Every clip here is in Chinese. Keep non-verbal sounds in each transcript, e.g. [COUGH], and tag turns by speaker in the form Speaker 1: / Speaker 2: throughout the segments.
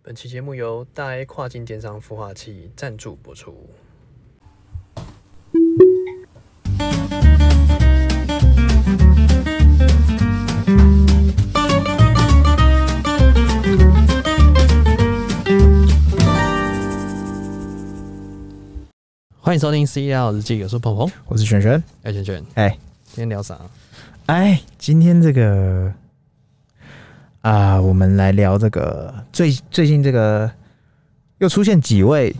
Speaker 1: 本期节目由大 A 跨境电商孵化器赞助播出。欢迎收听《CL 日记》，我是鹏鹏，
Speaker 2: 我是璇璇。
Speaker 1: 哎，圈圈，
Speaker 2: 哎
Speaker 1: 今天聊啥？
Speaker 2: 哎，今天这个啊、我们来聊这个最最近这个又出现几位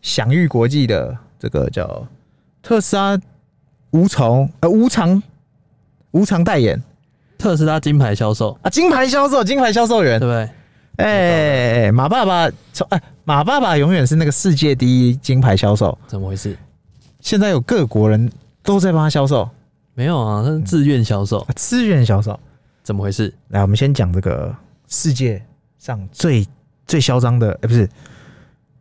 Speaker 2: 享誉国际的这个叫特斯拉无从呃无偿无偿代言
Speaker 1: 特斯拉金牌销售，
Speaker 2: 啊，金牌销售金牌销售员
Speaker 1: 对不，对？
Speaker 2: 哎哎、哎马爸爸从哎、马爸爸永远是那个世界第一金牌销售，
Speaker 1: 怎么回事？
Speaker 2: 现在有各国人都在帮他销售，
Speaker 1: 没有啊，他是自愿销售，
Speaker 2: 啊自愿销售。
Speaker 1: [LAUGHS] 怎么回事？
Speaker 2: 来，我们先讲这个世界上最最嚣张的，哎、不是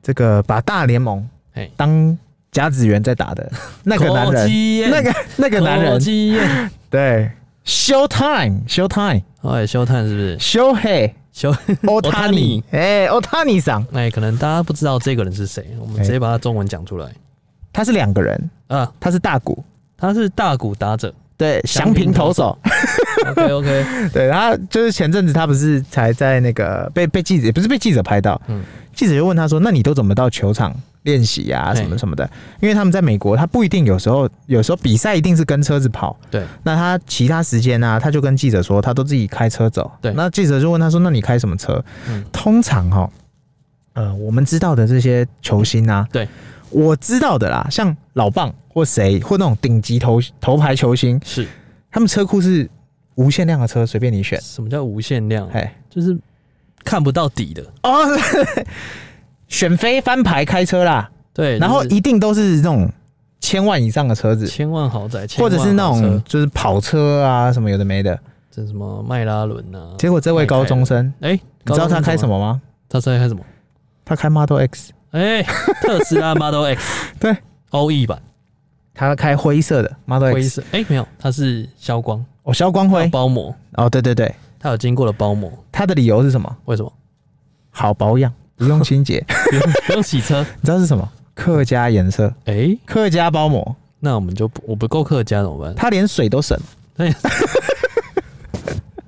Speaker 2: 这个把大联盟
Speaker 1: 嘿
Speaker 2: 当甲子园在打 [LAUGHS] 的那个男人，那个那个男人，
Speaker 1: 基耶，
Speaker 2: 对，Showtime Showtime
Speaker 1: [LAUGHS] 哎，休探是不是？
Speaker 2: Showhei
Speaker 1: 休
Speaker 2: Otani，哎，Otani 桑，
Speaker 1: 哎，可能大家不知道这个人是谁，我
Speaker 2: 哎
Speaker 1: 们直接把他中文讲出来
Speaker 2: 他是两个人，
Speaker 1: 啊，
Speaker 2: 他是大谷，
Speaker 1: 他是大鼓打
Speaker 2: [LAUGHS]
Speaker 1: 者。
Speaker 2: 对，
Speaker 1: 祥
Speaker 2: 祥
Speaker 1: 平
Speaker 2: 平
Speaker 1: 投
Speaker 2: 投手，
Speaker 1: OK OK，
Speaker 2: 对，他就是前阵子他不是才在那个被被记者，也不是被记者拍到，
Speaker 1: 嗯
Speaker 2: 记者就问他说：“那你都怎么到球场练习啊，
Speaker 1: 嘿
Speaker 2: 什么什么的？”因为他们在美国，他不一定有时候有时候比赛一定是跟车子跑，
Speaker 1: 对，
Speaker 2: 那他其他时间呢、啊他就跟记者说他都自己开车走。
Speaker 1: 对
Speaker 2: 那记者就问他说：“那你开什么车？”
Speaker 1: 嗯
Speaker 2: 通常哈，呃，我们知道的这些球星啊，
Speaker 1: 对，
Speaker 2: 我知道的啦，像老棒或谁或那种顶级头头牌球星，
Speaker 1: 是
Speaker 2: 他们车库是无限量的车，随便你选。
Speaker 1: 什么叫无限量？
Speaker 2: 哎，
Speaker 1: 就是看不到底的。
Speaker 2: 哦， [LAUGHS] 选飞翻牌开车啦，
Speaker 1: 对，
Speaker 2: 然后
Speaker 1: 就是
Speaker 2: 一定都是那种千万以上的车子，
Speaker 1: 千万豪宅，千
Speaker 2: 或
Speaker 1: 万
Speaker 2: 者是那
Speaker 1: 豪
Speaker 2: 种
Speaker 1: 车哦
Speaker 2: 就是跑车啊什么有的没的。
Speaker 1: 这什么迈拉伦啊？
Speaker 2: 结果这位高中生，
Speaker 1: 哎，
Speaker 2: 你知道他开什
Speaker 1: 么？
Speaker 2: 么吗？
Speaker 1: 他在开什么？
Speaker 2: 他开 Model X， [LAUGHS]
Speaker 1: 哎，特斯拉 Model X，
Speaker 2: 对
Speaker 1: ，O E 版
Speaker 2: 他开灰色的 Model
Speaker 1: 灰
Speaker 2: X，
Speaker 1: 色。哎，没有，它是消光，
Speaker 2: 哦，消光
Speaker 1: 它有
Speaker 2: 灰，
Speaker 1: 包膜，
Speaker 2: 哦，对对对，
Speaker 1: 它有经过了包膜，
Speaker 2: 他的理由是什么？
Speaker 1: 为什么？
Speaker 2: 好保养，不用清洁， [LAUGHS]
Speaker 1: 不用不用洗车？
Speaker 2: 你知道是什么？客家颜色，
Speaker 1: 哎、
Speaker 2: 客家包膜，
Speaker 1: 那我们就不我不够客家怎么办？
Speaker 2: 他连水都省。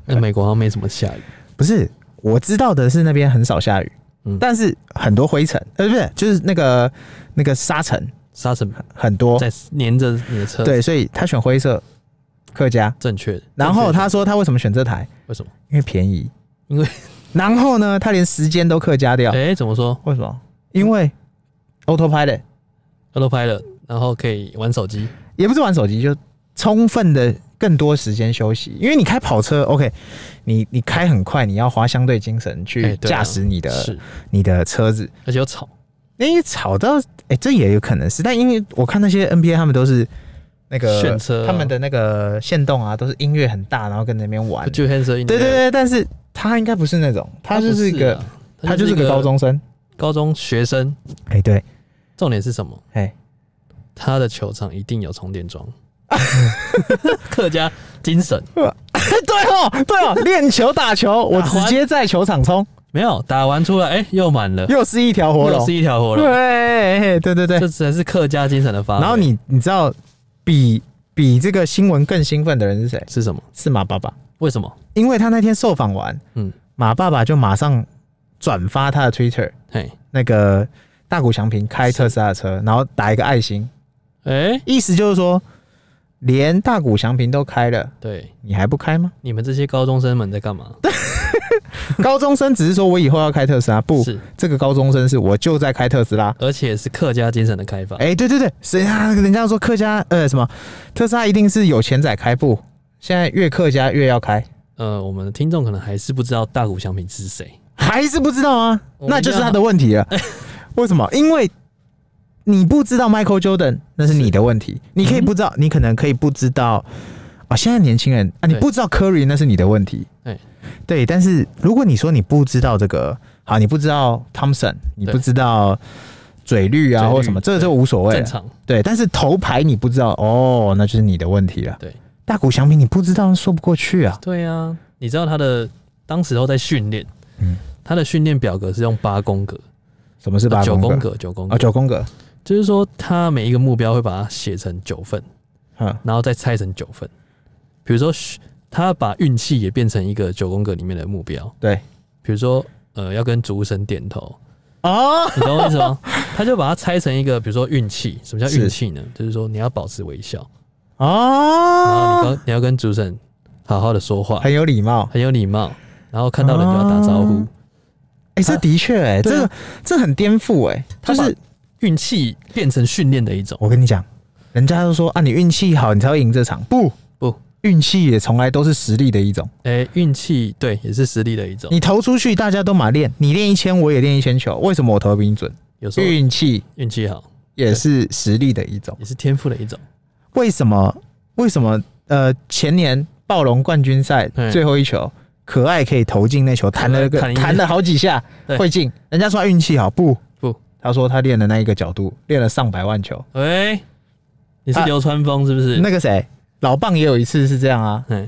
Speaker 1: 那美国好像没什么下雨，
Speaker 2: 不是，我知道的是那边很少下雨，
Speaker 1: 嗯
Speaker 2: 但是很多灰尘，呃，不是，就是那个那个沙尘
Speaker 1: 沙尘
Speaker 2: 很多，
Speaker 1: 在粘着你的车，，
Speaker 2: 哦对，所以他选灰色客家。
Speaker 1: 正确的。
Speaker 2: 然后
Speaker 1: 正确
Speaker 2: 他说他为什么选这台？
Speaker 1: 的为什么？
Speaker 2: 因为便宜。
Speaker 1: 因为
Speaker 2: [LAUGHS] 然后呢，他连时间都客家掉，
Speaker 1: 哎、怎么说
Speaker 2: 为什么？因为 autopilot
Speaker 1: ？Autopilot，然后可以玩手机，
Speaker 2: 也不是玩手机，就充分的更多时间休息。因为你开跑车，OK，你你开很快，你要花相对精神
Speaker 1: 哎
Speaker 2: 去
Speaker 1: 对啊
Speaker 2: 驾驶你的、
Speaker 1: 是，
Speaker 2: 你的车子，
Speaker 1: 而且又吵，
Speaker 2: 因为吵到，哎、这也有可能是，但因为我看那些 NBA 他们都是那个
Speaker 1: 炫车啊
Speaker 2: 他们的那个线动啊，都是音乐很大，然后跟那边玩。
Speaker 1: 就 h a n s
Speaker 2: 哎对对，对，但是他应该不是那种，他就
Speaker 1: 不
Speaker 2: 是一个，
Speaker 1: 啊
Speaker 2: 他就是个高中生。
Speaker 1: 高中学生。
Speaker 2: 哎、
Speaker 1: [LAUGHS]
Speaker 2: 对，
Speaker 1: 重点是什么？
Speaker 2: 哎、
Speaker 1: 他的球场一定有充电桩。 [LAUGHS] 客家精神
Speaker 2: 对哦，对哦，练球打球，我
Speaker 1: 打
Speaker 2: 直
Speaker 1: 环
Speaker 2: 接在球场冲，
Speaker 1: 没有打完出来，哎、又满了，
Speaker 2: 又是一条活
Speaker 1: 又
Speaker 2: 龙
Speaker 1: 是。一条活龙，啊
Speaker 2: 对对对对
Speaker 1: 这，才是客家精神的发挥。
Speaker 2: 然后你你知道比比这个新闻更兴奋的人是谁？
Speaker 1: 是什么？
Speaker 2: 是马爸爸，
Speaker 1: 为什么？
Speaker 2: 因为他那天受访完，
Speaker 1: 嗯
Speaker 2: 嗯，马爸爸就马上转发他的 Twitter，
Speaker 1: 嘿，
Speaker 2: 那个大谷翔平开特斯拉的车，然后打一个爱心，
Speaker 1: 哎、
Speaker 2: 意思就是说，连大谷翔平都开了，
Speaker 1: 对，
Speaker 2: 你还不开吗？
Speaker 1: 你们这些高中生们在干嘛？
Speaker 2: 高中生只是说我以后要开特斯拉，不，
Speaker 1: 是，
Speaker 2: 这个高中生是我就在开特斯拉。
Speaker 1: 而且是客家精神的开发。
Speaker 2: 哎、对对对，谁啊？人家说客家呃什么特斯拉一定是有钱仔开不？现在越客家越要开，
Speaker 1: 呃，我们的听众可能还是不知道大谷翔平是谁。
Speaker 2: 还是不知道啊？
Speaker 1: 我们
Speaker 2: 那就是他的问题了。啊 [LAUGHS] 为什么？因为你不知道 Michael Jordan，那是你的问题。你可以不知道，你可能可以不知道啊、现在年轻人啊，你
Speaker 1: 嗯对
Speaker 2: 不知道 Curry，那是你的问题。
Speaker 1: 对
Speaker 2: 对，但是如果你说你不知道这个，好，你不知道 Thompson，你
Speaker 1: 对
Speaker 2: 不知道嘴绿啊
Speaker 1: 嘴绿
Speaker 2: 或者什么，这个
Speaker 1: 对
Speaker 2: 就无所谓
Speaker 1: 正
Speaker 2: 了。
Speaker 1: 常，
Speaker 2: 对，但是头牌你不知道哦，那就是你的问题了。
Speaker 1: 对，
Speaker 2: 大谷翔平你不知道说不过去啊。
Speaker 1: 对啊，你知道他的当时候在训练，
Speaker 2: 嗯
Speaker 1: 它的训练表格是用八宫格，
Speaker 2: 什么是八
Speaker 1: 啊九
Speaker 2: 宫
Speaker 1: 宫
Speaker 2: 格？
Speaker 1: 格，九宫格
Speaker 2: 啊，，九宫格。
Speaker 1: 就是说它每一个目标会把它写成九份，
Speaker 2: 嗯，
Speaker 1: 然后再拆成九份。比如说，他把运气也变成一个九宫格里面的目标，
Speaker 2: 对。
Speaker 1: 比如说，呃，要跟主神点头，
Speaker 2: 啊，
Speaker 1: 你懂我意思吗？他就把它拆成一个，比如说运气，什么叫
Speaker 2: 是
Speaker 1: 运气呢？就是说你要保持微笑，然啊后你
Speaker 2: 哦，
Speaker 1: 跟你要跟主神好好的说话，
Speaker 2: 很有礼貌。
Speaker 1: 很有礼貌，然后看到人就要打招呼
Speaker 2: 哦。哎、这
Speaker 1: 他
Speaker 2: 的确、哎，这
Speaker 1: 对啊
Speaker 2: 个这很颠覆、哎，
Speaker 1: 他
Speaker 2: 就
Speaker 1: 把
Speaker 2: 是
Speaker 1: 运气变成训练的一种，
Speaker 2: 我跟你讲，人家都说啊，你运气好，你才会赢这场。不
Speaker 1: 不，
Speaker 2: 运气也从来都是实力的一种。
Speaker 1: 哎、运气对也是实力的一种。
Speaker 2: 你投出去，大家都马练，你练一千，我也练一千球，为什么我投的比你准？
Speaker 1: 有时候
Speaker 2: 运气
Speaker 1: 运气好
Speaker 2: 也是实力的一种。
Speaker 1: 也是天赋的一种。
Speaker 2: 为什么？为什么？呃，前年暴龙冠军赛
Speaker 1: 嗯
Speaker 2: 最后一球，可爱可以投进那球，弹了个
Speaker 1: 弹了一
Speaker 2: 弹了好几下
Speaker 1: 对
Speaker 2: 会进，人家说他运气好，不
Speaker 1: 不，
Speaker 2: 他说他练的那一个角度，练了上百万球。
Speaker 1: 喂、你是
Speaker 2: 啊
Speaker 1: 流川枫是不是？
Speaker 2: 那个谁，老棒也有一次是这样啊，
Speaker 1: 哎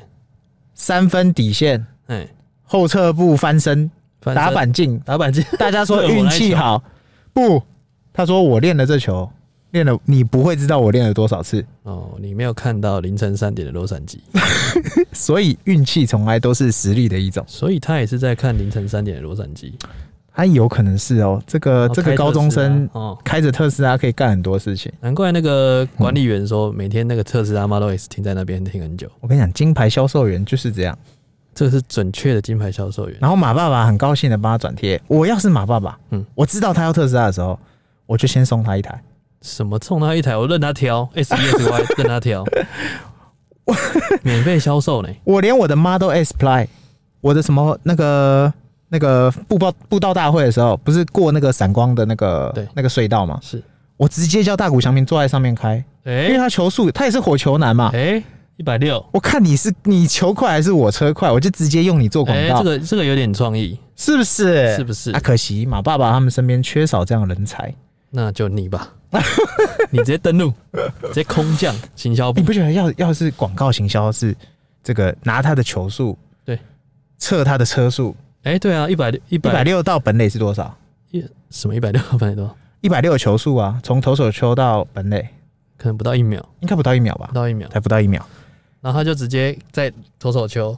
Speaker 2: 三分底线
Speaker 1: 哎，
Speaker 2: 后撤步翻身
Speaker 1: 反正
Speaker 2: 打板进，
Speaker 1: 打板机，
Speaker 2: 大家说运气
Speaker 1: [LAUGHS]
Speaker 2: 好，不，他说我练了这球，练了你不会知道我练了多少次，
Speaker 1: 哦，你没有看到凌晨三点的洛杉矶，
Speaker 2: 所以运气从来都是实力的一种。
Speaker 1: 所以他也是在看凌晨三点的洛杉矶。
Speaker 2: 他啊有可能是哦，这个
Speaker 1: 呃
Speaker 2: 这个高中生
Speaker 1: 哦，
Speaker 2: 开着特斯拉可以干很多事情。
Speaker 1: 难怪那个管理员说，每天那个特斯拉 Model X 停在那边停很久，
Speaker 2: 我跟你讲，金牌销售员就是这样。
Speaker 1: 这个是准确的金牌销售员。
Speaker 2: 然后马爸爸很高兴的帮他转贴。我要是马爸爸，嗯
Speaker 1: 嗯，
Speaker 2: 我知道他要特斯拉的时候，我就先送他一台。
Speaker 1: 什么送他一台，我任他挑 S E S Y，任他
Speaker 2: [LAUGHS]
Speaker 1: 挑，免费销售呢？
Speaker 2: 我连我的 Model S Play，我的什么那个那个布报布道大会的时候，不是过那个闪光的那个
Speaker 1: 对
Speaker 2: 那个隧道吗？
Speaker 1: 是，
Speaker 2: 我直接叫大谷翔平坐在上面开，因为
Speaker 1: 哎
Speaker 2: 他球速，他也是火球男嘛。
Speaker 1: 哎，一百六，
Speaker 2: 我看你是你球快还是我车快，我就直接用你做广
Speaker 1: 哎，
Speaker 2: 告。
Speaker 1: 这个这个有点创意，
Speaker 2: 是不是？
Speaker 1: 是不是嗯
Speaker 2: 啊，可惜马爸爸他们身边缺少这样的人才。
Speaker 1: 那就你
Speaker 2: [LAUGHS]
Speaker 1: 吧，你直接登录，直接空降行销部
Speaker 2: 你，不觉得要要是广告行销是这个拿他的球速，
Speaker 1: 对，
Speaker 2: 测他的车速，
Speaker 1: 哎，对啊，一百一
Speaker 2: 一百
Speaker 1: 百
Speaker 2: 六到本垒是多少？
Speaker 1: 一什么一百六百多，
Speaker 2: 一百六球速啊，从投手丘到本垒
Speaker 1: 可能不到一秒，
Speaker 2: 应该不到一秒吧
Speaker 1: 不？到一秒，
Speaker 2: 才不到一秒。
Speaker 1: 然后他就直接在投手球，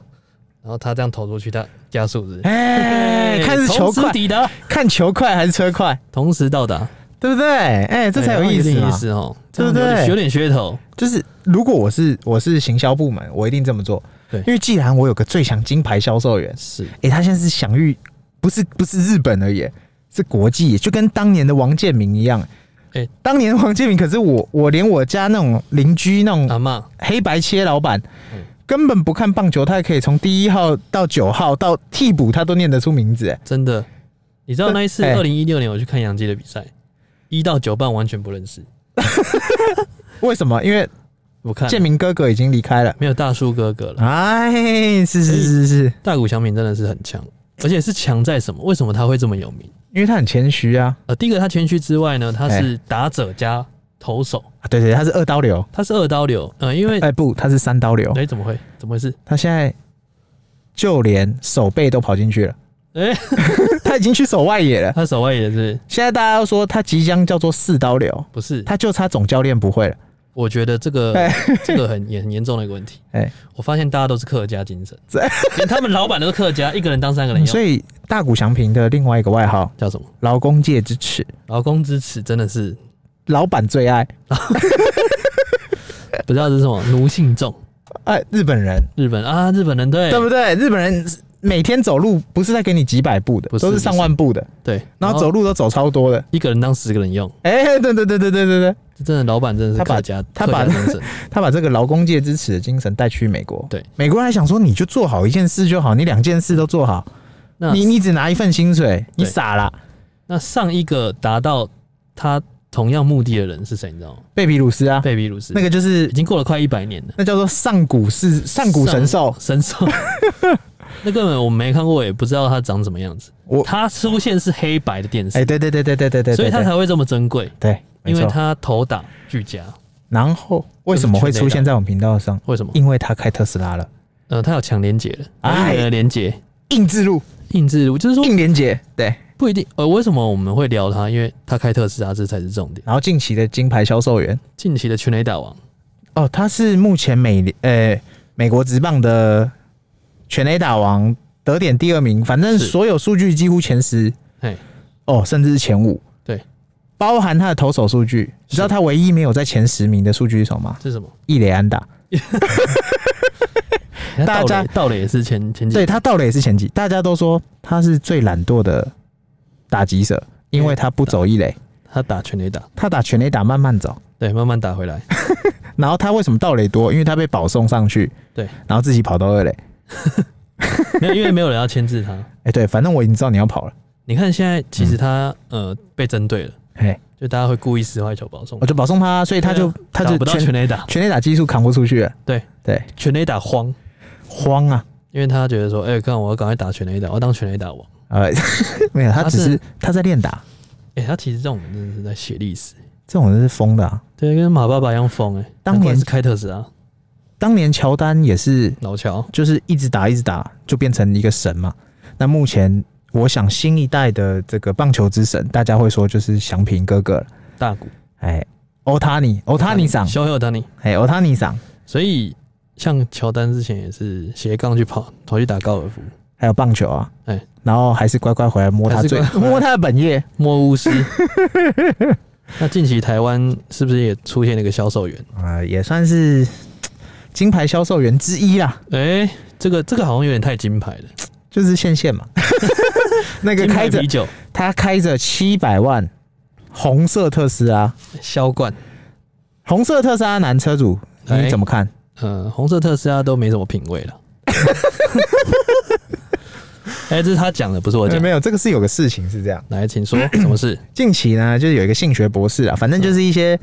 Speaker 1: 然后他这样投出去，他加速是不是。
Speaker 2: 哎、看是球
Speaker 1: 同时
Speaker 2: 快，
Speaker 1: 抵达，
Speaker 2: 看球快还是车快，
Speaker 1: 同时到达，
Speaker 2: 对不对？哎、这才有
Speaker 1: 哎
Speaker 2: 意思
Speaker 1: 点意
Speaker 2: 嘛。
Speaker 1: 思哦，
Speaker 2: 对不对
Speaker 1: 这样有点有点噱头，
Speaker 2: 就是如果我是我是行销部门，我一定这么做。
Speaker 1: 对
Speaker 2: 因为既然我有个最强金牌销售员，
Speaker 1: 是
Speaker 2: 哎、他现在是享誉，不是不是日本而已，是国际，就跟当年的王建民一样。
Speaker 1: 欸
Speaker 2: 当年王建民可是我，我连我家那种邻居那种
Speaker 1: 阿妈，
Speaker 2: 黑白切老板，
Speaker 1: 啊嗯
Speaker 2: 根本不看棒球，他也可以从第一号到九号到替补，他都念得出名字。欸
Speaker 1: 真的，你知道那一次
Speaker 2: 哎
Speaker 1: 二零一六年我去看杨基的比赛，一到九半完全不认识，
Speaker 2: 为什么？因为
Speaker 1: 我看
Speaker 2: 建民哥哥已经离开了。
Speaker 1: 没有大叔哥哥了，
Speaker 2: 哎，是是是是，
Speaker 1: 大谷翔平真的是很强，而且是强在什么？为什么他会这么有名？
Speaker 2: 因为他很谦虚啊。
Speaker 1: 呃，第一个他谦虚之外呢，
Speaker 2: 哎
Speaker 1: 他是打者加投手，
Speaker 2: 啊对对，他是二刀流。
Speaker 1: 他是二刀流，呃，因为
Speaker 2: 哎、不，他是三刀流。
Speaker 1: 哎怎么会怎么回事？
Speaker 2: 他现在就连手背都跑进去了，
Speaker 1: 哎，
Speaker 2: 他已经去手外野了。
Speaker 1: 他手外也是
Speaker 2: 现在大家都说他即将叫做四刀流，
Speaker 1: 不是？
Speaker 2: 他就差总教练不会了。
Speaker 1: 我觉得这个
Speaker 2: 哎
Speaker 1: 这个很也很严重的一个问题。
Speaker 2: 哎
Speaker 1: 我发现大家都是客家精神
Speaker 2: 这，
Speaker 1: 连他们老板都是客家，一个人当三个人用
Speaker 2: 所，以大谷翔平的另外一个外号
Speaker 1: 叫什么？
Speaker 2: “劳工界之耻
Speaker 1: 劳工之耻真的是”，
Speaker 2: 老板最爱。
Speaker 1: 不知道是什么奴性重。
Speaker 2: 哎、日本人
Speaker 1: 日本啊，日本人对
Speaker 2: 对不对？日本人每天走路不是在给你几百步的，
Speaker 1: 不是哦
Speaker 2: 都是上万步的，
Speaker 1: 对，
Speaker 2: 然后走路都走超多的。
Speaker 1: 一个人当十个人用，
Speaker 2: 哎、对对对对对对对，
Speaker 1: 这真的老板真的
Speaker 2: 他
Speaker 1: 是
Speaker 2: 把
Speaker 1: 客家
Speaker 2: 他把
Speaker 1: 客家精神，
Speaker 2: 他把这个劳工界之耻的精神带去美国。
Speaker 1: 对，
Speaker 2: 美国人还想说，你就做好一件事就好，你两件事都做好，
Speaker 1: 那
Speaker 2: 你你只拿一份薪水，
Speaker 1: 嗯
Speaker 2: 你
Speaker 1: 对
Speaker 2: 傻啦。
Speaker 1: 那上一个达到他同样目的的人是谁？你知道吗？
Speaker 2: 贝比鲁斯啊，
Speaker 1: 贝比鲁斯，
Speaker 2: 那个就
Speaker 1: 已
Speaker 2: 是
Speaker 1: 经过了快一百年了，
Speaker 2: 那叫做上古是上古神兽，
Speaker 1: 神兽。 [LAUGHS] 那根本我没看过，也不知道他长什么样子。
Speaker 2: 我
Speaker 1: 他出现是黑白的电视，
Speaker 2: 哎、对对对对对对对，
Speaker 1: 所以他才会这么珍贵，
Speaker 2: 对，没
Speaker 1: 因
Speaker 2: 错
Speaker 1: 为他头打俱佳。
Speaker 2: 然后为什么会出现在我们频道上？
Speaker 1: 为什么？
Speaker 2: 因为他开特斯拉了，
Speaker 1: 呃，他有强连结的，
Speaker 2: 哎
Speaker 1: 哎，连结
Speaker 2: 硬之路
Speaker 1: 硬制度，就是说
Speaker 2: 硬连接对，
Speaker 1: 不一定。呃，为什么我们会聊它？因为它开特斯拉，这才是重点。
Speaker 2: 然后近期的金牌销售员
Speaker 1: 近期的全垒打王，
Speaker 2: 哦，他是目前美呃美国职棒的全垒打王，得点第二名，反正
Speaker 1: 是
Speaker 2: 所有数据几乎前十
Speaker 1: 嘿，
Speaker 2: 哦，甚至是前五，
Speaker 1: 对，
Speaker 2: 包含他的投手数据，你知道他唯一没有在前十名的数据是什么吗？
Speaker 1: 这是什么？
Speaker 2: 一垒安打，大家
Speaker 1: 到了也是前前几
Speaker 2: 对他盗垒也是前几，大家都说他是最懒惰的打击者，因为他不走一垒，
Speaker 1: 他打全垒打，
Speaker 2: 他打全垒打慢慢走。
Speaker 1: 对，慢慢打回来。 [LAUGHS]
Speaker 2: 然后他为什么盗垒多？因为他被保送上去，
Speaker 1: 对，
Speaker 2: 然后自己跑到二垒。
Speaker 1: 没有，因为没有人要牵制他。
Speaker 2: 哎、对，反正我已经知道你要跑了，
Speaker 1: 你看现在其实他、呃被针对了，
Speaker 2: 嘿，
Speaker 1: 就大家会故意撕坏球保送
Speaker 2: 嗯我，就保送他，所以他就、
Speaker 1: 对啊
Speaker 2: 他
Speaker 1: 打
Speaker 2: 就
Speaker 1: 不到
Speaker 2: 全
Speaker 1: 全垒打，
Speaker 2: 全垒打技术扛不出去了，
Speaker 1: 对
Speaker 2: 对，
Speaker 1: 全垒打慌，
Speaker 2: 慌啊，
Speaker 1: 因为他觉得说，哎、看我要赶快打全垒打，我要当全垒打王。
Speaker 2: 呃， [LAUGHS] 没有，他
Speaker 1: 他
Speaker 2: 只
Speaker 1: 是
Speaker 2: 是他在练打，
Speaker 1: 哎、他其实这种人真的是在写历史，
Speaker 2: 这种人是疯的、啊。
Speaker 1: 对，跟马爸爸一样疯哎、欸。
Speaker 2: 当年
Speaker 1: 难怪是开特斯拉，
Speaker 2: 当年乔丹也是，
Speaker 1: 老乔
Speaker 2: 就是一直打一直打，就变成一个神嘛。那目前我想新一代的这个棒球之神，大家会说就是祥平哥哥了，
Speaker 1: 大谷
Speaker 2: 哎，欧塔尼，欧塔尼桑，
Speaker 1: 小有丹尼，
Speaker 2: 哎，欧塔尼桑，
Speaker 1: 所以像乔丹之前也是斜杠去跑，跑去打高尔夫，
Speaker 2: 还有棒球啊，
Speaker 1: 哎
Speaker 2: 然后还是乖乖回来摸他
Speaker 1: 还是
Speaker 2: 最
Speaker 1: 乖乖
Speaker 2: [LAUGHS] 摸他的本业，
Speaker 1: 摸巫师。 [LAUGHS] 那近期台湾是不是也出现了一个销售员？
Speaker 2: 呃，也算是嘖金牌销售员之一啦，
Speaker 1: 哎、这个这个好像有点太金牌了，
Speaker 2: 就是线线嘛。 [LAUGHS] 那个
Speaker 1: 金
Speaker 2: 开
Speaker 1: 牌
Speaker 2: 着
Speaker 1: 啤酒
Speaker 2: 他开着七百万红色特斯拉，
Speaker 1: 销冠，
Speaker 2: 红色特斯拉男车主，
Speaker 1: 哎
Speaker 2: 你怎么看？
Speaker 1: 呃，红色特斯拉都没什么品味
Speaker 2: [LAUGHS]
Speaker 1: 了。哎、这是他讲的，不是我
Speaker 2: 呃
Speaker 1: 讲。
Speaker 2: 没有，这个是有个事情是这样。
Speaker 1: 来，请说什么事？
Speaker 2: 近期呢，就是有一个性学博士啊，反正就是一些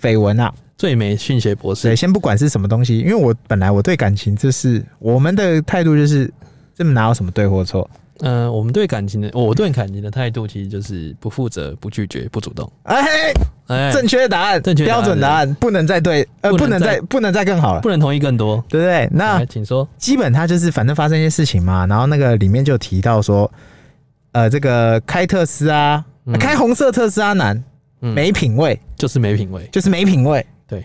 Speaker 2: 绯闻啊。
Speaker 1: 最美训学博
Speaker 2: 对，
Speaker 1: 士，
Speaker 2: 先不管是什么东西，因为我本来我对感情就是我们的态度就是，这哪有什么对或错
Speaker 1: 嗯、我们对感情的，我对感情的态度其实就是不负责、不拒绝、不主动。
Speaker 2: 哎，
Speaker 1: 哎、
Speaker 2: 正确的答案，
Speaker 1: 正确答案
Speaker 2: 标准答案，不能再对，呃，
Speaker 1: 不
Speaker 2: 不
Speaker 1: 能
Speaker 2: 能再不能再更好了，
Speaker 1: 不能同意更多。
Speaker 2: 对不对？那
Speaker 1: 来，请说。
Speaker 2: 基本他就是反正发生一些事情嘛，然后那个里面就提到说，呃，这个开特斯拉、
Speaker 1: 嗯
Speaker 2: 呃开红色特斯拉男、
Speaker 1: 嗯
Speaker 2: 没品味，
Speaker 1: 就是没品味，
Speaker 2: 就是没品味，
Speaker 1: 对。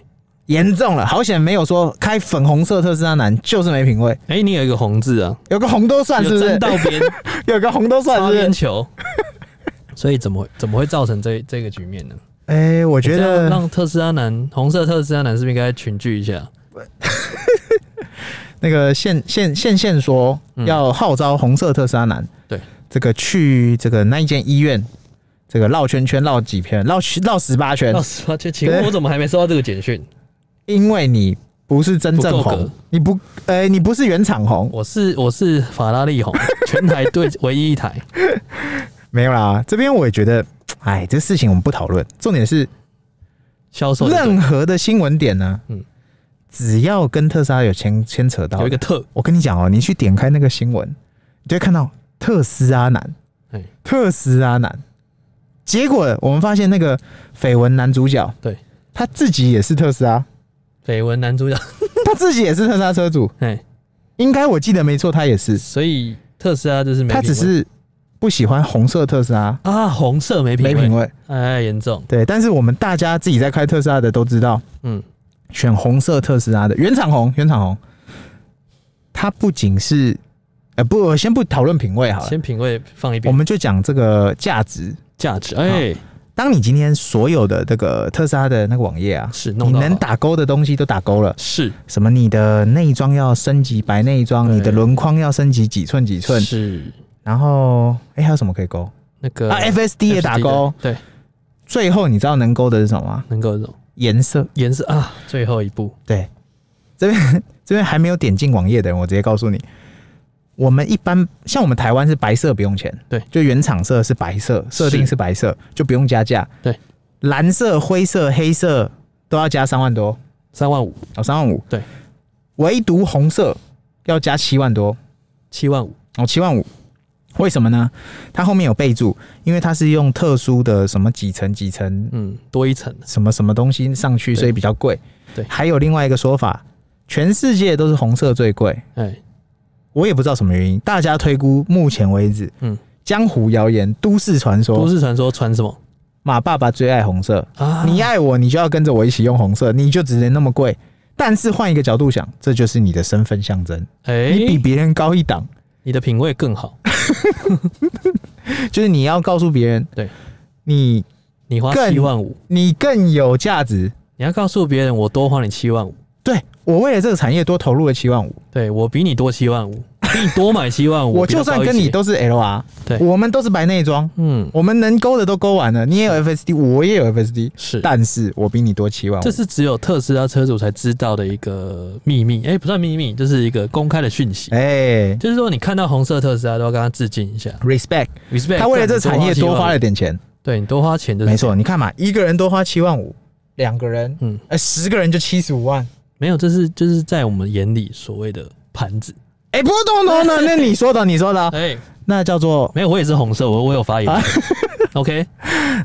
Speaker 2: 严重了，好险没有说开粉红色特斯拉男就是没品味，
Speaker 1: 哎、你有一个红字啊，
Speaker 2: 有个红都算是不
Speaker 1: 有
Speaker 2: 是
Speaker 1: 真？到边
Speaker 2: [LAUGHS] 有个红都算
Speaker 1: 擦
Speaker 2: 是不
Speaker 1: 边
Speaker 2: 是？
Speaker 1: 球，所以怎么会怎么会造成这这个局面呢？
Speaker 2: 哎、我觉
Speaker 1: 这样
Speaker 2: 得
Speaker 1: 让特斯拉男红色特斯拉男是不是应该群聚一下？
Speaker 2: 那个现现现现说
Speaker 1: 嗯
Speaker 2: 要号召红色特斯拉男，
Speaker 1: 对
Speaker 2: 这个去这个那一间医院，这个绕圈圈绕几圈，绕十绕十八圈
Speaker 1: 老，师，抱啊歉请问
Speaker 2: 对
Speaker 1: 我怎么还没收到这个简讯？
Speaker 2: 因为你不是真正
Speaker 1: 不够格
Speaker 2: 红，你不呃、你不是原厂红，
Speaker 1: 我是我是法拉利红，全台队唯一一台。
Speaker 2: 没有啦。这边我也觉得，哎，这事情我们不讨论，重点是
Speaker 1: 销售的
Speaker 2: 任何的新闻点呢，
Speaker 1: 嗯
Speaker 2: 只要跟特斯拉有牵牵扯到
Speaker 1: 有一，个特，
Speaker 2: 我跟你讲哦、你去点开那个新闻，你就会看到特斯拉男
Speaker 1: 哎，
Speaker 2: 特斯拉男。结果我们发现那个绯闻男主角，
Speaker 1: 对嗯
Speaker 2: 他自己也是特斯拉，
Speaker 1: 绯闻男主角，
Speaker 2: 他自己也是特斯拉车主，
Speaker 1: 哎，
Speaker 2: 应该我记得没错，他也是，
Speaker 1: 所以特斯拉就是没品
Speaker 2: 他
Speaker 1: 味，
Speaker 2: 只是不喜欢红色特斯拉，
Speaker 1: 啊红色没品
Speaker 2: 没
Speaker 1: 味，
Speaker 2: 品味。
Speaker 1: 哎严重，
Speaker 2: 对，但是我们大家自己在开特斯拉的都知道，
Speaker 1: 嗯，
Speaker 2: 选红色特斯拉的原厂红，原厂红，它不仅是，呃，不，我先不讨论品味好了，
Speaker 1: 先品味放一
Speaker 2: 我
Speaker 1: 边，
Speaker 2: 们就讲这个价值。
Speaker 1: 价值，哎
Speaker 2: 当你今天所有的这个特斯拉的那个网页啊，
Speaker 1: 是
Speaker 2: 你
Speaker 1: 弄到
Speaker 2: 能
Speaker 1: 好
Speaker 2: 打勾的东西都打勾了，
Speaker 1: 是
Speaker 2: 什么你的内装要升级白内装，
Speaker 1: 对
Speaker 2: 你的轮框要升级几寸几寸，
Speaker 1: 是
Speaker 2: 然后哎、还有什么可以勾
Speaker 1: 那个
Speaker 2: 啊？FSD 也
Speaker 1: FSD
Speaker 2: 打
Speaker 1: 的
Speaker 2: 勾，，
Speaker 1: 对，
Speaker 2: 最后你知道能勾的是什么吗？
Speaker 1: 能够懂
Speaker 2: 颜色。
Speaker 1: 颜色啊，最后一步
Speaker 2: 对，这边这边还没有点进网页的人，我直接告诉你，我们一般像我们台湾是白色不用钱，
Speaker 1: 对
Speaker 2: 就原厂色是白色，设定是白色，就不用加价，
Speaker 1: 对，
Speaker 2: 蓝色、灰色、黑色都要加三万多，
Speaker 1: 三万五
Speaker 2: 哦，三万五，
Speaker 1: 对，
Speaker 2: 唯独红色要加七万多，
Speaker 1: 七万五，
Speaker 2: 哦，七万五。为什么呢？它后面有备注，因为它是用特殊的什么几层几层
Speaker 1: 嗯，多一层，
Speaker 2: 什么什么东西上去，
Speaker 1: 对
Speaker 2: 所以比较贵。
Speaker 1: 对
Speaker 2: 还有另外一个说法，全世界都是红色最贵，
Speaker 1: 哎，
Speaker 2: 我也不知道什么原因，大家推估目前为止，
Speaker 1: 嗯
Speaker 2: 嗯，江湖谣言、都市传
Speaker 1: 都
Speaker 2: 说，
Speaker 1: 市传说传什么
Speaker 2: 马爸爸最爱红色，
Speaker 1: 啊？
Speaker 2: 你爱我，你就要跟着我一起用红色，你就只能那么贵。但是换一个角度想，这就是你的身份象征，
Speaker 1: 哎，
Speaker 2: 你比别人高一档，
Speaker 1: 你的品味更好，
Speaker 2: 就是你要告诉别人，
Speaker 1: 对
Speaker 2: 你
Speaker 1: 你花
Speaker 2: 更
Speaker 1: 七万五，
Speaker 2: 你更有价值。
Speaker 1: 你要告诉别人我多花你七万五，
Speaker 2: 对我为了这个产业多投入了七万五，
Speaker 1: 对我比你多七万五，比你多买七万五，
Speaker 2: [LAUGHS] 我
Speaker 1: 比较
Speaker 2: 就算
Speaker 1: 高一
Speaker 2: 跟你
Speaker 1: 截，
Speaker 2: 都是 LR，
Speaker 1: 对
Speaker 2: 我们都是白内装，
Speaker 1: 嗯，
Speaker 2: 我们能勾的都勾完了，你也有 FSD，我也有 FSD，
Speaker 1: 是，
Speaker 2: 但是我比你多七万五
Speaker 1: 这。是只有特斯拉车主才知道的一个秘密，哎，不算秘密，就是一个公开的讯息，
Speaker 2: 哎
Speaker 1: 就是说你看到红色特斯拉都要跟他致敬一下
Speaker 2: ，respect，
Speaker 1: ，respect，
Speaker 2: 他为了这个
Speaker 1: 干
Speaker 2: 产业多花了
Speaker 1: 你
Speaker 2: 点钱，
Speaker 1: 7万五对你多花钱就是
Speaker 2: 没，错。你看嘛，一个人多花七万五，两个人，
Speaker 1: 嗯，
Speaker 2: 呃，十个人就七十五万。
Speaker 1: 没有，这是就是在我们眼里所谓的盘子，
Speaker 2: 哎，不懂懂 [LAUGHS] 懂，那你说的，你说的，
Speaker 1: 哎，
Speaker 2: 那叫做
Speaker 1: 没有，我也是红色，我我有发言
Speaker 2: 啊
Speaker 1: [LAUGHS] ，OK，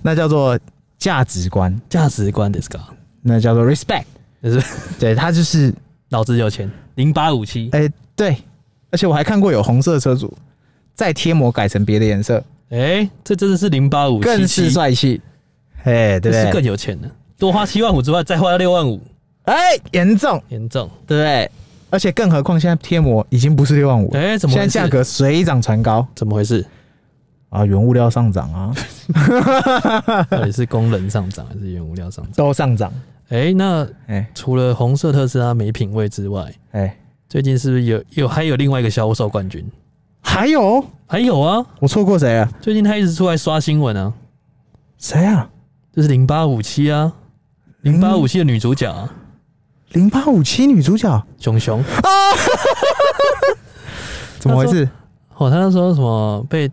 Speaker 2: 那叫做价值观，
Speaker 1: 价值观 d i s c o
Speaker 2: 那叫做 respect。
Speaker 1: 就是 [LAUGHS]
Speaker 2: 对他就是，
Speaker 1: 脑子有钱，零八五七，
Speaker 2: 哎，对，而且我还看过有红色的车主再贴膜改成别的颜色，
Speaker 1: 哎，这真的是零八五七，
Speaker 2: 更是帅气。哎，
Speaker 1: 这
Speaker 2: 对不
Speaker 1: 是
Speaker 2: 对
Speaker 1: 更？有钱的，多花七万五之外，再花六万五，
Speaker 2: 哎，严重，
Speaker 1: 严重。
Speaker 2: 对不对？而且更何况现在贴膜已经不是六万五，
Speaker 1: 哎，怎么
Speaker 2: 现
Speaker 1: 回
Speaker 2: 在
Speaker 1: 事
Speaker 2: 价格水涨船高
Speaker 1: 怎么回事？
Speaker 2: 啊，原物料上涨啊，
Speaker 1: 到底是工人上涨还是原物料 [LAUGHS] 上涨？
Speaker 2: 都上涨。
Speaker 1: 哎，那
Speaker 2: 哎
Speaker 1: 除了红色特斯拉没品味之外，
Speaker 2: 哎，
Speaker 1: 最近是不是有有还有另外一个销售冠军？
Speaker 2: 还有
Speaker 1: 还有啊，
Speaker 2: 我错过谁了？
Speaker 1: 最近他一直出来刷新闻啊，
Speaker 2: 谁啊？嗯
Speaker 1: 就是零八五七啊，零八五七的女主角啊，
Speaker 2: 零八五七女主角
Speaker 1: 熊熊
Speaker 2: 怎么回事
Speaker 1: 哦，她那时候什么被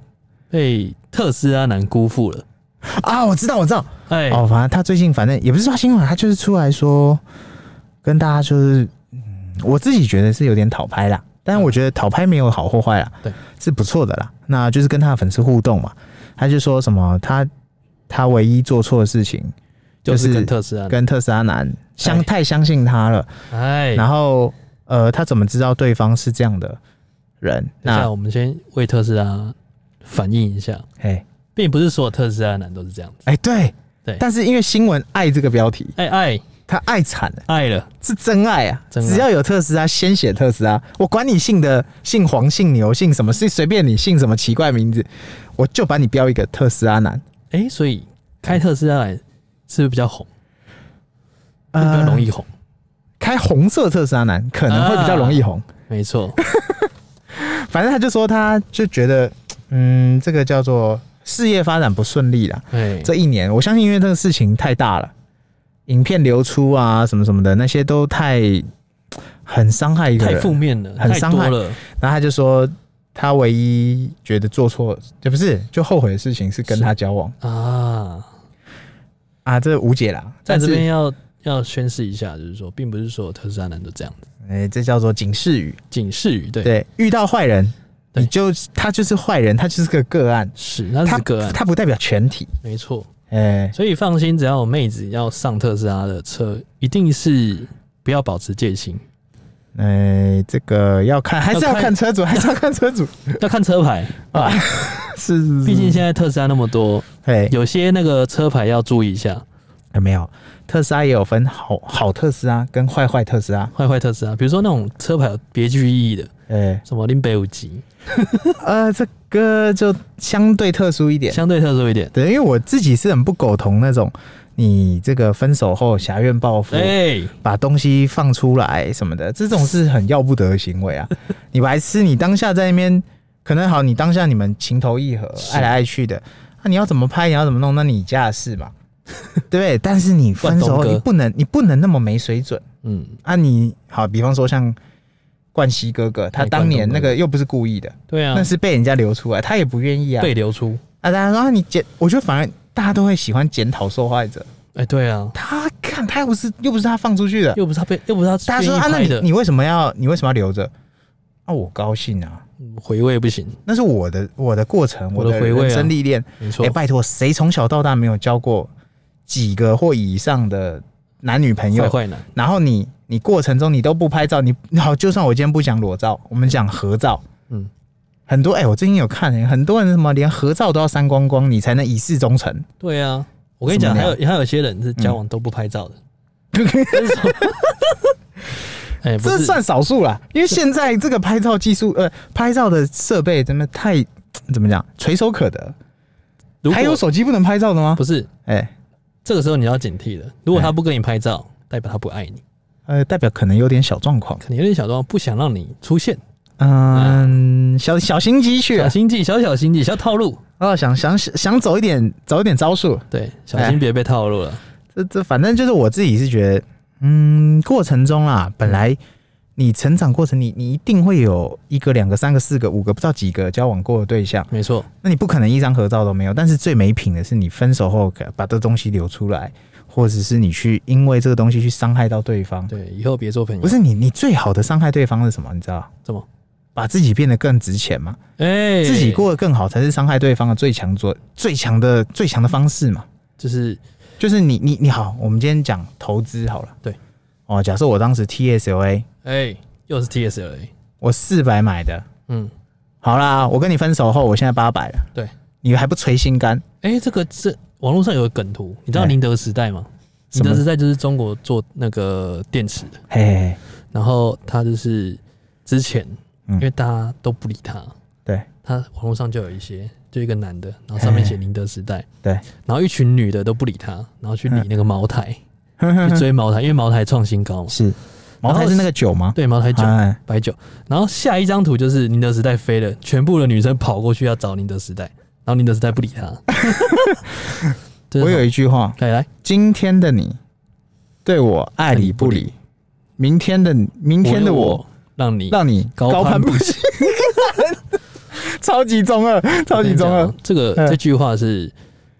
Speaker 1: 被特斯拉男辜负了，
Speaker 2: 啊？我知道，我知道。
Speaker 1: 哎、
Speaker 2: 哦，反正他最近反正也不是刷新闻，他就是出来说跟大家就是，嗯，我自己觉得是有点讨拍啦。但我觉得讨拍没有好或坏啦，
Speaker 1: 对，
Speaker 2: 是不错的啦。那就是跟他的粉丝互动嘛，他就说什么他他唯一做错的事情
Speaker 1: 就是
Speaker 2: 就是
Speaker 1: 跟特斯拉男，
Speaker 2: 跟特斯拉男
Speaker 1: 哎
Speaker 2: 相太相信他了，
Speaker 1: 哎，
Speaker 2: 然后呃，他怎么知道对方是这样的人？
Speaker 1: 等一下，
Speaker 2: 那
Speaker 1: 我们先为特斯拉反映一下，
Speaker 2: 哎
Speaker 1: 并不是所有特斯拉男都是这样子。
Speaker 2: 哎对
Speaker 1: 对
Speaker 2: 但是因为新闻爱这个标题，
Speaker 1: 爱爱
Speaker 2: 他爱惨了，
Speaker 1: 爱了，
Speaker 2: 是真爱啊！
Speaker 1: 真爱
Speaker 2: 只要有特斯拉，先写特斯拉，我管你姓的姓黄、姓牛、姓什么，是随便你姓什么奇怪名字，我就把你标一个特斯拉男，
Speaker 1: 哎、所以开特斯拉来是不是比较红？会
Speaker 2: 呃
Speaker 1: 比较容易红，
Speaker 2: 开红色特斯拉男可能会比较容易红。
Speaker 1: 没
Speaker 2: [LAUGHS]
Speaker 1: 错。
Speaker 2: 反正他就说，他就觉得，嗯，这个叫做事业发展不顺利啦。
Speaker 1: 哎，
Speaker 2: 这一年，我相信因为这个事情太大了，影片流出啊，什么什么的，那些都太很伤害一个
Speaker 1: 太
Speaker 2: 人。
Speaker 1: 负面了，
Speaker 2: 很
Speaker 1: 太
Speaker 2: 伤
Speaker 1: 多
Speaker 2: 害
Speaker 1: 了。
Speaker 2: 然后他就说，他唯一觉得做错，就不是就后悔的事情是跟他交往
Speaker 1: 啊，
Speaker 2: 啊，这无解啦。
Speaker 1: 在
Speaker 2: 但
Speaker 1: 这
Speaker 2: 是，
Speaker 1: 边要要宣示一下，就是说，并不是所有特斯拉男都这样子。
Speaker 2: 哎、这叫做警示语。
Speaker 1: 警示语对，
Speaker 2: 对，遇到坏人，
Speaker 1: 对
Speaker 2: 你就他就是坏人，他就是个个案，
Speaker 1: 是那是个案，
Speaker 2: 他不代表全体。
Speaker 1: 没错。
Speaker 2: 哎、
Speaker 1: 所以放心，只要有妹子要上特斯拉的车，一定是不要保持戒
Speaker 2: [LAUGHS]
Speaker 1: 心，
Speaker 2: 哎、这个要看，还是要
Speaker 1: 要看
Speaker 2: 看车主，还是要看车主。
Speaker 1: 要看车牌啊。
Speaker 2: [LAUGHS] 是是是，
Speaker 1: 毕竟现在特斯拉那么多，
Speaker 2: 哎、
Speaker 1: 有些那个车牌要注意一下，
Speaker 2: 有没有特斯拉也有分好好特斯拉跟坏坏特斯拉。
Speaker 1: 坏坏特斯拉，比如说那种车牌有别具意义的，
Speaker 2: 哎、
Speaker 1: 什么林北五级，
Speaker 2: 呃，这个就相对特殊一点。
Speaker 1: 相对特殊一点。
Speaker 2: 对，因为我自己是很不苟同那种，你这个分手后侠怨报复，
Speaker 1: 哎、
Speaker 2: 把东西放出来什么的，这种是很要不得的行 [LAUGHS] 为啊！你白痴，你当下在那边，可能好，你当下你们情投意合，
Speaker 1: 是
Speaker 2: 爱来爱去的，那、你要怎么拍，你要怎么弄，那你家的事 [LAUGHS] 嘛，对不对？但是你分手后，
Speaker 1: 冠东哥
Speaker 2: 你不能，你不能那么没水准
Speaker 1: 嗯，
Speaker 2: 啊！你好，比方说像冠希哥哥，他
Speaker 1: 哎
Speaker 2: 当年
Speaker 1: 冠东哥
Speaker 2: 那个又不是故意的，
Speaker 1: 对啊
Speaker 2: 那，是被人家流出来，他也不愿意啊。
Speaker 1: 被流出，
Speaker 2: 啊，大家说啊你检，我觉得反而大家都会喜欢检讨受害者。
Speaker 1: 哎、对啊，
Speaker 2: 他看他又不是又不是他放出去的，
Speaker 1: 又不是他被，又不是他
Speaker 2: 大家说啊，那
Speaker 1: 愿意拍
Speaker 2: 你
Speaker 1: 的，
Speaker 2: 你为什么要你为什么要留着？啊，我高兴啊，
Speaker 1: 嗯回味不行，
Speaker 2: 那是我的我的过程，
Speaker 1: 我
Speaker 2: 我
Speaker 1: 的
Speaker 2: 的
Speaker 1: 回味啊
Speaker 2: 人生历练。
Speaker 1: 没
Speaker 2: 哎、
Speaker 1: 错，
Speaker 2: 拜托，谁从小到大没有交过几个或以上的男女朋友
Speaker 1: 坏，坏男，
Speaker 2: 然后你你过程中你都不拍照，你好，就算我今天不讲裸照，我们讲合照，
Speaker 1: 嗯，
Speaker 2: 很多哎、我最近有看、欸，很多人什么连合照都要删光光，你才能以示忠诚。
Speaker 1: 对啊，我跟你讲，
Speaker 2: 怎
Speaker 1: 还
Speaker 2: 么嗯
Speaker 1: 有还有些人是交往都不拍照
Speaker 2: [LAUGHS]
Speaker 1: 的，但是说哎，不
Speaker 2: 这
Speaker 1: 是，
Speaker 2: 算少数啦，因为现在这个拍照技术，呃，拍照的设备真的太怎么讲，垂手可得。
Speaker 1: 如果
Speaker 2: 还有手机不能拍照的吗
Speaker 1: 不？是
Speaker 2: 哎、
Speaker 1: 这个时候你要警惕了，如果他不跟你拍照，代表他不爱你，
Speaker 2: 呃，代表可能有点小状况。
Speaker 1: 可能有点小装不想让你出现，
Speaker 2: 嗯，小小心机去
Speaker 1: 小
Speaker 2: 啊，
Speaker 1: 心计，小小心计，小套路，
Speaker 2: 哦，想想想走一点，走一点招数。
Speaker 1: 对，小
Speaker 2: 哎
Speaker 1: 心别被套路了。
Speaker 2: 这这，反正就是我自己是觉得，嗯，过程中啦，本来你成长过程你，你一定会有一个、两个、三个、四个、五个，不知道几个交往过的对象，
Speaker 1: 没错，
Speaker 2: 那你不可能一张合照都没有。但是最没品的是，你分手后把这东西留出来，或者是你去因为这个东西去伤害到对方。
Speaker 1: 对，以后别做朋友。
Speaker 2: 不是你，你最好的伤害对方是什么？你知道？
Speaker 1: 怎么？
Speaker 2: 把自己变得更值钱嘛，
Speaker 1: 哎、
Speaker 2: 自己过得更好才是伤害对方的最强做最强的最强的方式嘛。
Speaker 1: 就是
Speaker 2: 就是你你你好，我们今天讲投资好了。
Speaker 1: 对，
Speaker 2: 哦，假设我当时 TSLA
Speaker 1: 哎、又是 TSLA，
Speaker 2: 我四百买的，
Speaker 1: 嗯，
Speaker 2: 好啦，我跟你分手后，我现在八百了，
Speaker 1: 对，
Speaker 2: 你还不捶心肝？
Speaker 1: 哎、这个这网络上有个梗图，你知道
Speaker 2: 哎
Speaker 1: 宁德时代吗？
Speaker 2: 什
Speaker 1: 宁
Speaker 2: 么
Speaker 1: 德时代就是中国做那个电池的，
Speaker 2: 嘿嘿，嘿
Speaker 1: 然后他就是之前
Speaker 2: 嗯
Speaker 1: 因为大家都不理他，
Speaker 2: 对
Speaker 1: 他网络上就有一些，就一个男的，然后上
Speaker 2: 哎
Speaker 1: 面写宁德时代， [LAUGHS]
Speaker 2: 对，
Speaker 1: 然后一群女的都不理他，然后去
Speaker 2: 哎
Speaker 1: 理那个茅台，
Speaker 2: 呵呵
Speaker 1: 去
Speaker 2: 呵
Speaker 1: 追茅台，因为茅台创新
Speaker 2: [LAUGHS]
Speaker 1: 高嘛，
Speaker 2: 是茅台是那个酒吗？
Speaker 1: 对，茅台酒。
Speaker 2: 哎，
Speaker 1: 白酒，然后下一张图就是宁德时代飞了，全部的女生跑过去要找宁德时代，然后宁德时代不理
Speaker 2: [LAUGHS]
Speaker 1: 他。就是
Speaker 2: 我有一句话：
Speaker 1: 来来，
Speaker 2: 今天的你对我爱理不理，明天的明天的我
Speaker 1: 让你
Speaker 2: 让你
Speaker 1: 高
Speaker 2: 高
Speaker 1: 攀
Speaker 2: 攀不起。 [LAUGHS] 超级中二，超级中
Speaker 1: 我
Speaker 2: 二
Speaker 1: 跟你讲哦。这个
Speaker 2: 嗯
Speaker 1: 这句话是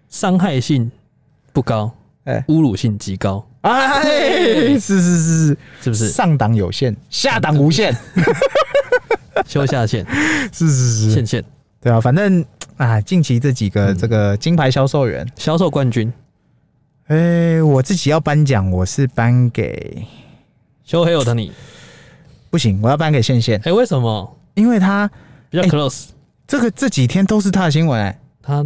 Speaker 1: 伤害性不高，
Speaker 2: 哎
Speaker 1: 侮辱性极高，
Speaker 2: 哎，是是是是，
Speaker 1: 是
Speaker 2: [LAUGHS]
Speaker 1: 不是？
Speaker 2: 上档有限，下档无限，
Speaker 1: 修下线
Speaker 2: [LAUGHS] 是是
Speaker 1: 线，线
Speaker 2: 对啊，反正啊，近期这几个
Speaker 1: 嗯
Speaker 2: 这个金牌销售员，
Speaker 1: 销售冠军
Speaker 2: 哎、我自己要颁奖，我是颁给
Speaker 1: 修黑我的你，
Speaker 2: 不行，我要颁给线线，
Speaker 1: 哎、为什么
Speaker 2: 因为他
Speaker 1: 比较
Speaker 2: 哎
Speaker 1: close？、
Speaker 2: 这个这几天都是他的新闻、哎，
Speaker 1: 他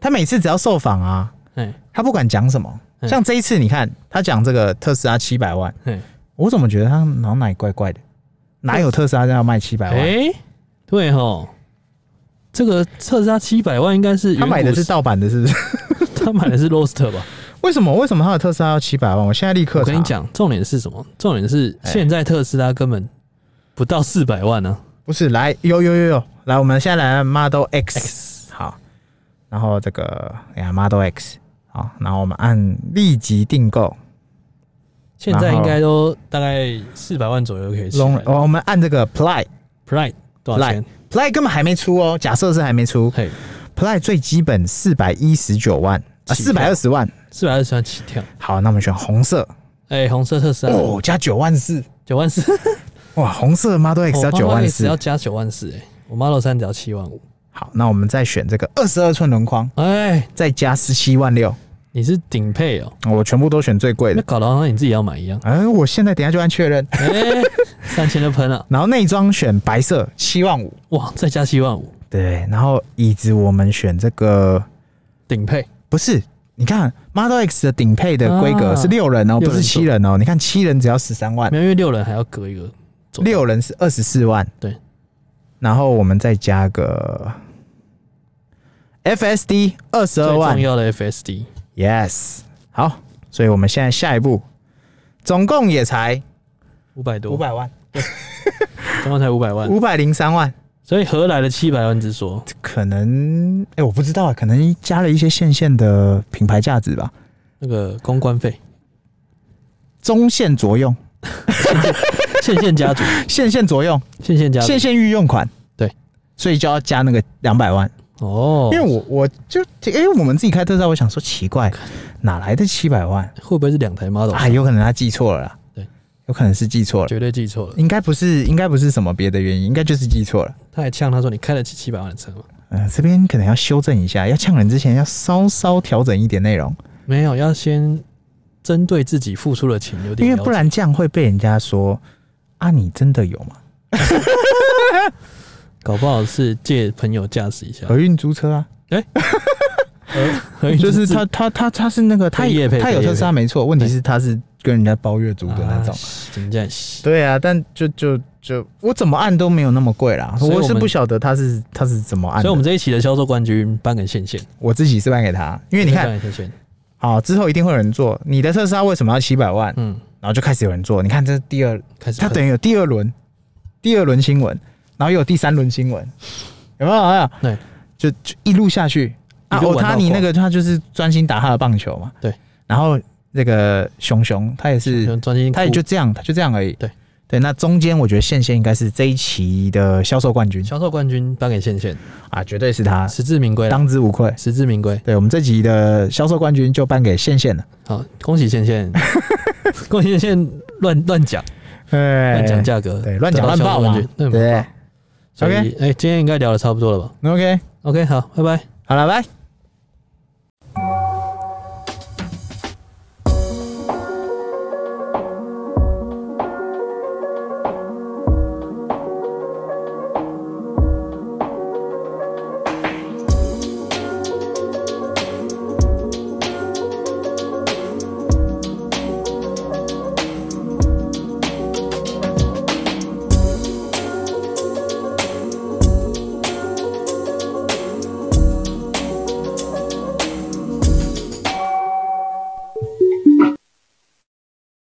Speaker 2: 他每次只要受访啊，
Speaker 1: 哎、
Speaker 2: 他不管讲什么，
Speaker 1: 嗯
Speaker 2: 像这一次你看他讲这个特斯拉七百万，
Speaker 1: 哎
Speaker 2: 我怎么觉得他脑哪里怪怪的？哪有特斯拉要卖七百
Speaker 1: 哎、
Speaker 2: 万？
Speaker 1: 对吼，这个特斯拉七百万应该是
Speaker 2: 他买的
Speaker 1: 远古
Speaker 2: 是盗版的，是不 [LAUGHS] 是？
Speaker 1: 他买的是 Roaster 吧？
Speaker 2: 为什么？为什么他的特斯拉要七百万？我现在立刻
Speaker 1: 我跟你
Speaker 2: 查，
Speaker 1: 讲，重点是什么？重点是
Speaker 2: 啊哎
Speaker 1: 现在特斯拉根本不到四百万啊呢、
Speaker 2: 不是，来，有有有有，来，我们现在来 Model X，,
Speaker 1: X
Speaker 2: 好，然后这个，哎呀，Model X，好，然后我们按立即订购，
Speaker 1: 现在应该都大概四百万左右可以起
Speaker 2: 龙，
Speaker 1: 来。
Speaker 2: 哦，我们按这个 Play，Play
Speaker 1: Pride 多少钱？
Speaker 2: 根本还没出哦，假设是还没出
Speaker 1: 嘿，
Speaker 2: ，Play 最基本四百一十九万，啊，
Speaker 1: 起
Speaker 2: 四
Speaker 1: 跳
Speaker 2: 百二十万，
Speaker 1: 四百二十万起跳。
Speaker 2: 好，那我们选红色，
Speaker 1: 哎、红色特斯拉
Speaker 2: 哦，加九万四，
Speaker 1: 九万四，哦
Speaker 2: 哇，红色 Model X 要
Speaker 1: 我
Speaker 2: 九
Speaker 1: 妈妈
Speaker 2: 万
Speaker 1: 也只要
Speaker 2: 四，
Speaker 1: 加九万四，哎，我 Model 三只要七万五。
Speaker 2: 好，那我们再选这个二十二寸轮框，
Speaker 1: 哎，
Speaker 2: 再加十七万六，
Speaker 1: 你是顶配哦、
Speaker 2: 我全部都选最贵
Speaker 1: 那
Speaker 2: 的，
Speaker 1: 搞得好像你自己要买一样。
Speaker 2: 哎，我现在等一下就按确认。
Speaker 1: 哎、三千就喷了，
Speaker 2: 然后内装选白色七万五，
Speaker 1: 哇，再加七万五，
Speaker 2: 对，然后椅子我们选这个
Speaker 1: 顶配。
Speaker 2: 不是，你看 Model X 的顶配的规格
Speaker 1: 啊
Speaker 2: 是六人哦，
Speaker 1: 六人
Speaker 2: 不是七人哦，你看七人只要十三万
Speaker 1: 没，有，因为六人还要隔一个左右。
Speaker 2: 六人是二十四万，
Speaker 1: 对，
Speaker 2: 然后我们再加个 FSD 二十
Speaker 1: 最
Speaker 2: 二万
Speaker 1: 重要的 FSD，
Speaker 2: ，Yes，好，所以我们现在下一步总共也才
Speaker 1: 五百多，
Speaker 2: 五，百万，
Speaker 1: 刚刚才五百万，
Speaker 2: 五百零三万，
Speaker 1: 所以何来的七百万之说？
Speaker 2: 可能哎、我不知道啊，可能加了一些线线的品牌价值吧。
Speaker 1: 那个公关费，
Speaker 2: [LAUGHS] 中线着用，
Speaker 1: 线线家族，
Speaker 2: 线线着用，
Speaker 1: 线线家族
Speaker 2: 线，线御用款。
Speaker 1: 对，
Speaker 2: 所以就要加那个两百万。
Speaker 1: 哦，
Speaker 2: 因为我我就因为我们自己开特斯拉，我想说奇怪，哪来的七百万
Speaker 1: 会不会是两台 model？
Speaker 2: 啊？有可能他记错了啦。
Speaker 1: 对，
Speaker 2: 有可能是记错了，
Speaker 1: 绝对记错了。
Speaker 2: 应该不是，应该不是什么别的原因，应该就是记错了。
Speaker 1: 他还呛他说：“你开得起七百万的车吗
Speaker 2: 嗯、这边可能要修正一下，要呛人之前要稍稍调整一点内容。？”
Speaker 1: 没有，要先针对自己付出的情有点了解，
Speaker 2: 因为不然这样会被人家说啊，你真的有吗？
Speaker 1: 搞不好是借朋友驾驶一下， [LAUGHS]
Speaker 2: 合运租车啊，
Speaker 1: 合
Speaker 2: 就是他他他他是那个他
Speaker 1: 配业
Speaker 2: 有
Speaker 1: 配
Speaker 2: 他有
Speaker 1: 配业啊
Speaker 2: 特斯拉没错，问题是他是跟人家包月租的那种。，
Speaker 1: 怎么讲？
Speaker 2: 对啊，但就就就我怎么按都没有那么贵啦，
Speaker 1: 所以我
Speaker 2: 我
Speaker 1: 们
Speaker 2: 是不晓得他是他是怎么按的，
Speaker 1: 所以，我们这一期的销售冠军颁给线线，
Speaker 2: 我自己是卖给他，因为你看，
Speaker 1: 颁给线线，
Speaker 2: 好之后一定会有人做，你的特斯拉为什么要七百万？
Speaker 1: 嗯，
Speaker 2: 然后就开始有人做，你看这是第二，
Speaker 1: 开始
Speaker 2: 他
Speaker 1: 喷，
Speaker 2: 等于有第二轮，第二轮新闻，然后又有第三轮新闻，有没有？有没有
Speaker 1: 对，
Speaker 2: 就就一路下去。啊，
Speaker 1: 一路
Speaker 2: 欧
Speaker 1: 玩到
Speaker 2: 塔尼那个他就是专心打他的棒球嘛，
Speaker 1: 对，
Speaker 2: 然后那个熊熊他也是
Speaker 1: 就专心哭，
Speaker 2: 他也就这样，他就这样而已。
Speaker 1: 对
Speaker 2: 对，那中间我觉得线线应该是这一期的销售冠军
Speaker 1: 销售冠军颁给线线，
Speaker 2: 啊，绝对是他，
Speaker 1: 实至名归啦，
Speaker 2: 当之无愧。
Speaker 1: 实至名归。
Speaker 2: 对我们这集的销售冠军就颁给线线了。
Speaker 1: 好，恭喜线
Speaker 2: [LAUGHS]
Speaker 1: 线，恭喜线线乱乱讲
Speaker 2: 哎
Speaker 1: 乱讲价格，
Speaker 2: 对乱讲
Speaker 1: 得到
Speaker 2: 乱
Speaker 1: 销售
Speaker 2: 报嘛
Speaker 1: 冠军，嗯对。
Speaker 2: 对
Speaker 1: 所以，哎，今天应该聊的差不多了吧
Speaker 2: ，OK，
Speaker 1: ？OK，好，拜拜。
Speaker 2: 好了，拜。